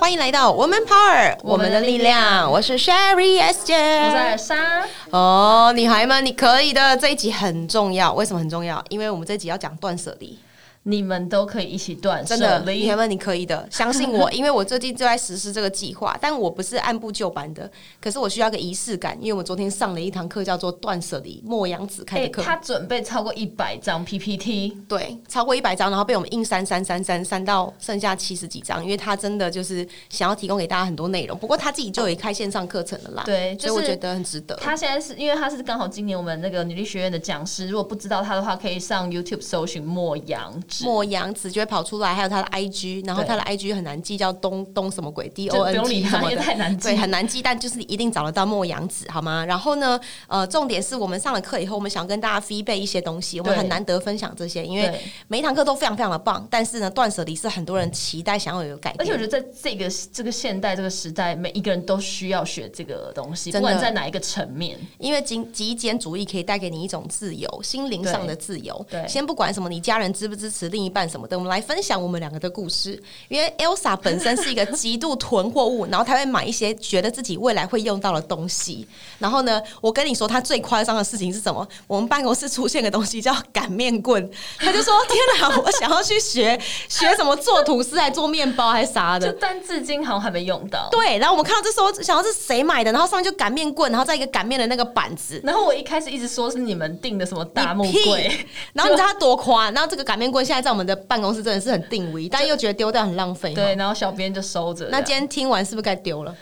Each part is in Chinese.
欢迎来到 Woman Power，我们的力量。我是 Sherry S 姐，我是尔莎。哦，女孩们，你可以的，这一集很重要。为什么很重要？因为我们这一集要讲断舍离。你们都可以一起断舍真的，女离孩。们，你可以的，相信我， 因为我最近就在实施这个计划，但我不是按部就班的，可是我需要一个仪式感，因为我昨天上了一堂课叫做断舍离莫阳子开哎、的课，他准备超过一百张 PPT，对，超过一百张，然后被我们硬删删删删删到剩下七十几张，因为他真的就是想要提供给大家很多内容，不过他自己就有开线上课程了啦，对啊就是所以我觉得很值得。他现在是因为他是刚好今年我们那个女力学院的讲师，如果不知道他的话，可以上 YouTube 搜寻莫阳指，莫阳子就会跑出来，还有他的 IG，然后对他的 IG 很难记，叫东东什么鬼 D 就 O 不 N 用 G 理什他，么也的，太难记对，。很难记，但就是一定找得到莫阳子，好吗？然后呢，呃，重点是我们上了课以后，我们想跟大家 f e e d b a 一些东西，我们对很难得分享这些，因为对，每一堂课都非常非常的棒。但是呢，断舍离是很多人期待想要有改而且我变。觉得在这个这个现代这个时代，每一个人都需要学这个东西，真的不管在哪一个层面。因为极极简主义可以带给你一种自由，心灵上的自由。对对先不管什么你家人支不支持、另一半什么的，我们来分享我们两个的故事。因为 Elsa 本身是一个极度囤货物，然后她会买一些觉得自己未来会用到的东西。然后呢，我跟你说，她最夸张的事情是什么？我们办公室出现个东西叫擀面棍，她就说：“天哪，我想要去学 学什么做吐司，还做面包，还啥的就。”但至今好像还没用到。对，然后我们看到这时候，想到是谁买的，然后上面就擀面棍，然后再一个擀面的那个板子，然后我一开始一直说是你们订的什么大木你屁柜，然后你知道他多夸，然后这个擀面棍现在在我们的办公室真的是很定位，但又觉得丢掉很浪费。对，，然后小编就收着这样。那今天听完是不是该丢了？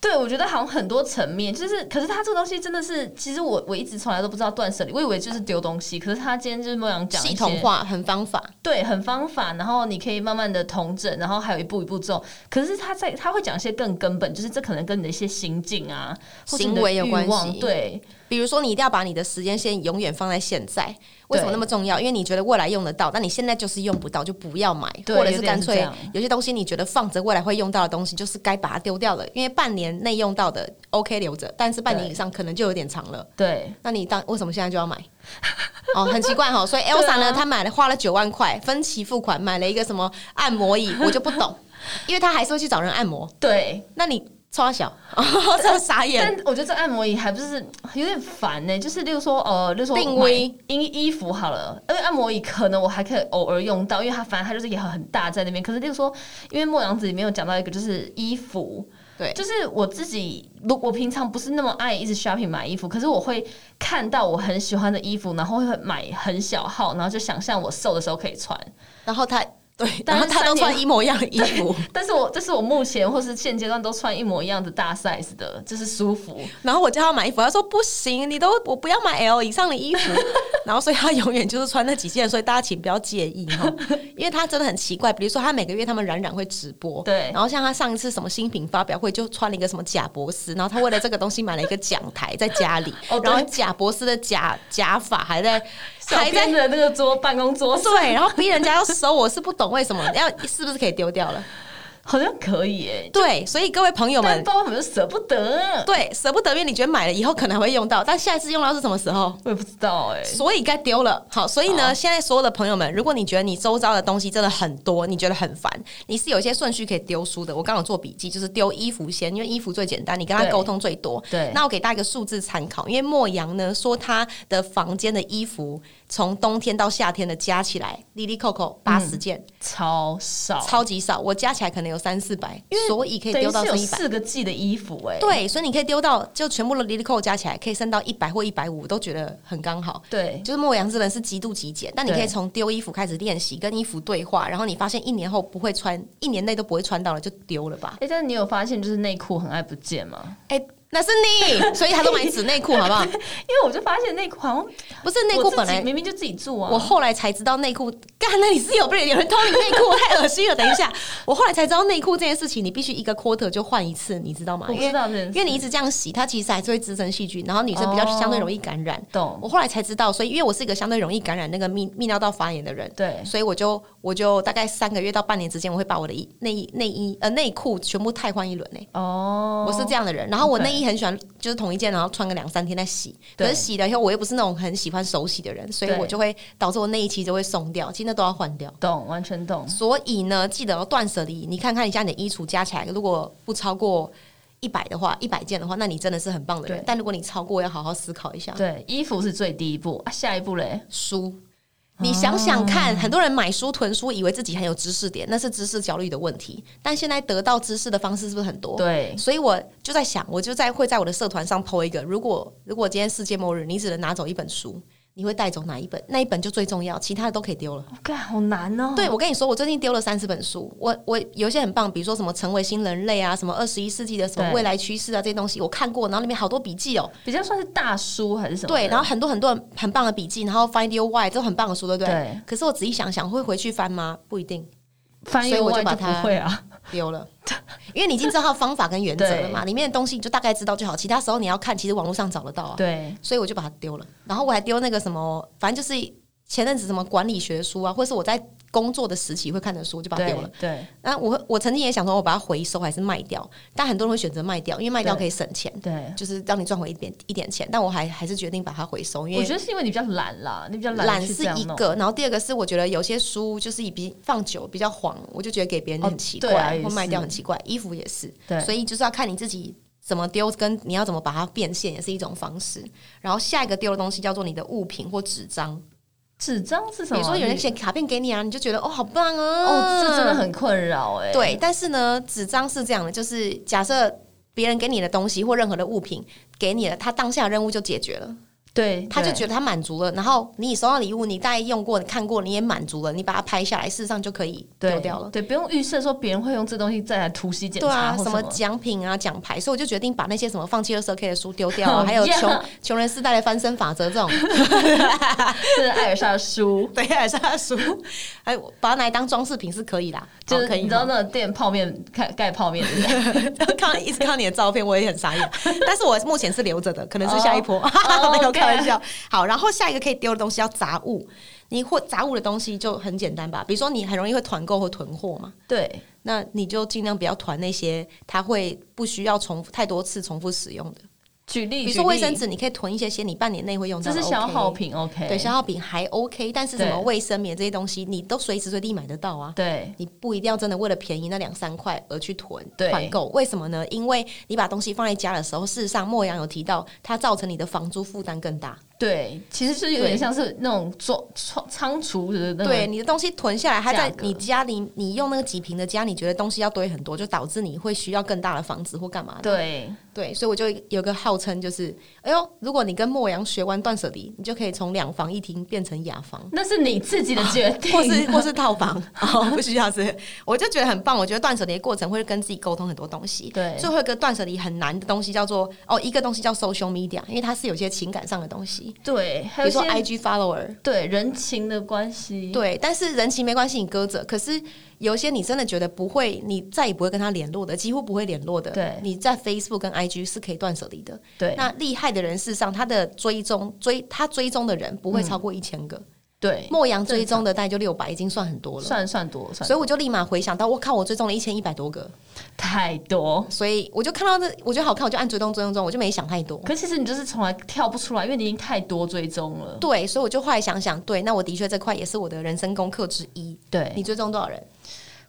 对，我觉得好像很多层面，就是，可是他这个东西真的是，其实我我一直从来都不知道断舍离，我以为就是丢东西，可是他今天就是莫阳讲一些系统，化很方法，对，很方法，然后你可以慢慢的同整，然后还有一步一步做。可是他在他会讲一些更根本，就是这可能跟你的一些心境啊，或是你的行为有欲关望系对，比如说你一定要把你的时间线永远放在现在，为什么对那么重要？因为你觉得未来用得到，但你现在就是用不到，就不要买，对或者有是点干是脆这样有些东西你觉得放着未来会用到的东西，就是该把它丢掉了，因为半年内用到的 OK 留着，但是半年对以上可能就有点长了。对，那你当为什么现在就要买？哦，很奇怪哈、 所以啊 Elsa 呢，她买了花了九万块，分期付款买了一个什么按摩 椅，我就不懂，因为她还是会去找人按摩。对，那你超小， 哦、这傻眼。但我觉得这按摩椅还不是有点烦呢、就是例如说，呃，例如说定买位衣衣服好了，因为按摩椅可能我还可以偶尔用到，因为它反正它就是也很很大在那边。可是例如说，因为莫阳子里面有讲到一个就是衣服，对就是我自己，如我平常不是那么爱一直 shopping 买衣服，可是我会看到我很喜欢的衣服，然后会买很小号，然后就想象我瘦的时候可以穿。然后她对，但然是后她都三年穿一模一样的衣服，但是我这是我目前或是现阶段都穿一模一样的大 size 的，就是舒服。然后我叫她买衣服，她说不行，你都我不要买 L 以上的衣 服。然后所以她永远就是穿那几件，所以大家请不要介意 哈、因为她真的很奇怪。比如说她每个月他们冉冉会直播，对然后像他上一次什么新品发表会，就穿了一个什么贾博士，然后他为了这个东西买了一个讲台在家里， 哦对然后贾博士的假假发还在小还在编的那个桌办 公桌上，对，然后逼人家要收，我是不懂为什么要是不是可以丢 掉了？好像可以耶、对，所以各位朋友但们不知。道为什么就舍不得啊、对，舍不得，因为你觉得买了以后可能还会用到，但下一次用到是什么时候？我也不知道哎、所以该丢了。好，所以呢，现在所有的朋友们，如果你觉得你周遭的东西真的很多，你觉得很烦，你是有一些顺序可以丢书的。我刚好做笔记，就是丢衣服先，因为衣服最简单，你跟他对沟通最多。对那我给大家一个数字参考，因为莫阳呢说他的房间的衣服从冬天到夏天的加起来，里里扣扣八十件，超少，超级少。我加起来可能有三四百，所以可以等于丢到是有剩一百。四个季的衣服哎、对，所以你可以丢到就全部的里里扣扣加起来，可以剩到一百或一百五，都觉得很刚好。对就是莫阳之人是极度极简，但你可以对从丢衣服开始练习，跟衣服对话，然后你发现一年后不会穿，一年内都不会穿到了，就丢了吧哎、。但是你有发现就是内裤很爱不见吗？哎、那是你，所以他都买纸内裤，好不好？因为我就发现内裤好像不是内裤我自己本来。明明就自己住啊，我后来才知道内裤，干，那你是有被有人偷你内裤，太恶心了。等一下，我后来才知道内裤这件事情，你必须一个 quarter 就换一次，你知道吗？我因不为知道这件事因为你一直这样洗，它其实还是会滋生细菌，然后女生比较哦相对容易感染。懂我后来才知道，所以因为我是一个相对容易感染那个泌泌尿道发炎的人，对所以我就我就大概三个月到半年之间，我会把我的衣内衣内衣呃内裤全部汰换一轮呢、哦，我是这样的人，然后我内 OK 衣一很喜欢就是同一件，然后穿个两三天再洗。可是对洗了以后，我又不是那种很喜欢手洗的人，所以对我就会导致我那一期就会松掉，其实那都要换掉。懂，完全懂。所以呢，记得要断舍离。你看看一下你的衣橱加起来，如果不超过一百的话，一百件的话，那你真的是很棒的人对。但如果你超过，要好好思考一下。对，衣服是最第一步啊，下一步嘞，书，你想想看，哦很多人买书囤书，以为自己很有知识点，那是知识焦虑的问题。但现在得到知识的方式是不是很多？对，所以我就在想，我就在会在我的社团上 PO 一个，如果如果今天世界末日，你只能拿走一本书，你会带走哪一本？那一本就最重要，其他的都可以丢了。干、好难哦。对，我跟你说，我最近丢了三十本书，我我有一些很棒，比如说什么成为新人类啊，什么二十一世纪的什么对未来趋势啊这些东西，我看过，然后里面好多笔记哦，比较算是大叔还是什么的？对，然后很多很多很很棒的笔记，然后 Find Your Why 都很棒的书，对不对？对可是我仔细想想，会回去翻吗？不一 定，翻译所以我外就把不它会啊。丢了，因为你已经知道它的方法跟原则了 嘛，里面的东西你就大概知道就好，其他时候你要看，其实网络上找得到啊。对，所以我就把它丢了。然后我还丢那个什么，反正就是前阵子什么管理学书啊，或是我在工作的时期会看的书，我就把它丢了对。，对，那我我曾经也想说，我把它回收还是卖掉，但很多人会选择卖掉，因为卖掉可以省钱，对。就是让你赚回一点一点钱。但我还还是决定把它回收，因我为觉。得是因为你比较懒啦，你比较懒得去是这样一弄个，然后第二个是我觉得有些书就是以比放久比较黄，我就觉得给别人哦很奇对啊怪，也或卖掉是很奇怪。衣服也是，对所以就是要看你自己怎么丢，跟你要怎么把它变现也是一种方式。然后下一个丢的东西叫做你的物品或纸张，纸张是什比么？如说有人你写卡片给你啊，你就觉得哦好棒啊，哦，这真的很困扰哎、对，但是呢，纸张是这样的，就是假设别人给你的东西或任何的物品给你了，他当下的任务就解决了，对，他就对觉得他满足了。然后你收到礼物，你大概用过、你看过，你也满足了，你把它拍下来，事实上就可以丢对掉了。对，不用预设说别人会用这东西再来突袭检对查啊，或什么 么奖品啊、奖牌，所以我就决定把那些什么放弃二十 K 的书丢掉啊， 好还有呀穷穷人世代的翻身法则这种，是艾尔莎的书， 对，啊还是他的书，哎，我把它拿来当装饰品是可以啦，就好是可以你知好道那种店泡面盖盖泡面 的人，看一直看到你的照片，我也很傻 眼。但是我目前是留着的，可能是下一波， 哦哦没有 OK 开玩笑。好，然后下一个可以丢的东西叫杂物，你或杂物的东西就很简单吧，比如说你很容易会团购或囤货嘛，对，那你就尽量不要团那些它会不需要重复太多次重复使用的，举例，比如说卫生纸，纸，你可以囤一些些你半年内会用到这的、是 OK，消耗。品，OK，对，消耗品还 OK，但是什么对卫生棉这些东西，你都随时随地买得到啊。对你不一定要真的为了便宜那两三块而去囤对团购，为什么呢？因为你把东西放在家的时候，事实上莫阳有提到，它造成你的房租负担更大。对，其实就是有点对像是那种做仓仓储的那对，种，你的东西囤下来，它在嗯价格你家里，你用那个几平的家，你觉得东西要堆很多，就导致你会需要更大的房子或干嘛的。对，对，所以我就有个号称就是，哎呦，如果你跟莫阳学完断舍离，你就可以从两房一厅变成雅房。那是你自己的决定， 啊或是或是套房，哦，不需要是，我就觉得很棒。我觉得断舍离的过程会跟自己沟通很多东西，对最后一个断舍离很难的东西叫做哦，一个东西叫 social media，因为它是有些情感上的东西，对，比还有如一些说 IG follower，对人情的关系，对，但是人情没关系，你搁着。可是有些你真的觉得不会，你再也不会跟他联络的，几乎不会联络的，对你在 Facebook 跟 IG 是可以断舍离的。对那厉害的人，事实上他的追踪追他追踪的人不会超过一千嗯个，对，莫阳追踪的大概就六百，已经算很多了。算算多算所以我就立马回想到，我靠，我追踪了一千一百多个，太多。所以我就看到这，我觉得好看，我就按追踪追踪踪，我就没想太多。可其实你就是从来跳不出来，因为你已经太多追踪了。对，所以我就后来想想，对，那我的确这块也是我的人生功课之一。对你追踪多少人？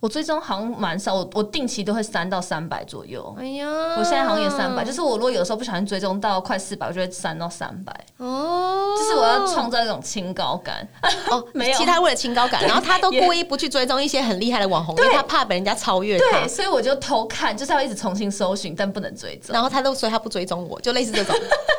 我追踪好像蛮少，我我定期都会三到三百左右。哎呀，我现在好像也三百，就是我如果有时候不小心追踪到快四百，我就会三到三百，哦，就是我要创造一种清高感。哦， 没有其他为了清高感，然后他都故意不去追踪一些很厉害的网红，因为他怕被人家超越他对，，所以我就偷看，就是要一直重新搜寻，但不能追踪。然后他都所以他不追踪我，就类似这 种。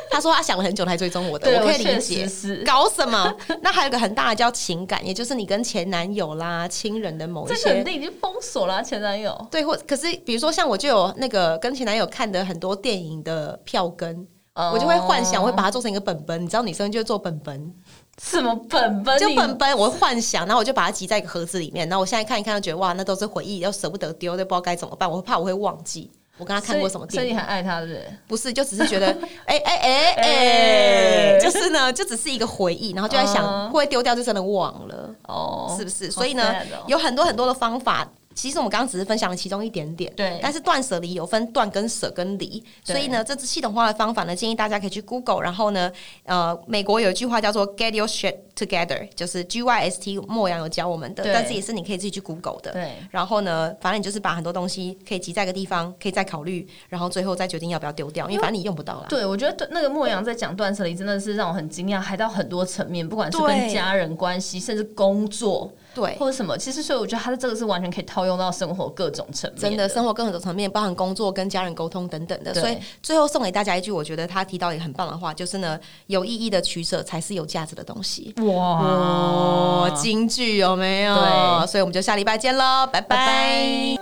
他说他想了很久才追踪我的，对我可我以确理解实。是搞什么？那还有一个很大的叫情感，也就是你跟前男友啦、亲人的某一这些肯定已经封锁了、啊前男友。对，或可是比如说像我就有那个跟前男友看的很多电影的票根。哦我就会幻想，我会把它做成一个本本，你知道女生就会做本本，什么本本？就哦你本本，我会幻想，然后我就把它集在一个盒子里面，然后我现在看一看，就觉得哇，那都是回忆，又舍不得丢，又不知道该怎么办，我怕我会忘记我跟他看过什么所以所电以影，你还爱他是不是？不是，就只是觉 得，哎哎哎哎哎，就是呢，就只是一个回忆，然后就在想，哦会不会丢掉就真的忘了。哦，是不是？好所以呢 sad 哦，有很多很多的方法其实我们刚刚只是分享了其中一点点，对但是断舍离有分断跟舍跟离，对所以呢，这支系统化的方法呢，建议大家可以去 Google，然后呢，呃，美国有一句话叫做 “Get your shit together”，就是 G Y S T 莫阳有教我们的，对但是也是你可以自己去 Google 的。对然后呢，反正你就是把很多东西可以集在一个地方，可以再考虑，然后最后再决定要不要丢掉，因为反正你用不到了。对，我觉得那个莫阳在讲断舍离真的是让我很惊讶，还到很多层面，不管是跟对家人关系，甚至工作对，或者什么。其实，所以我觉得他的这个是完全可以套用到生活各种层面，真的，生活各种层面，包含工作、跟家人沟通等等的。对所以最后送给大家一句，我觉得他提到也很棒的话，就是呢，有意义的取舍才是有价值的东西。哇哦，，京剧有没有？对所以我们就下礼拜见喽，拜拜拜！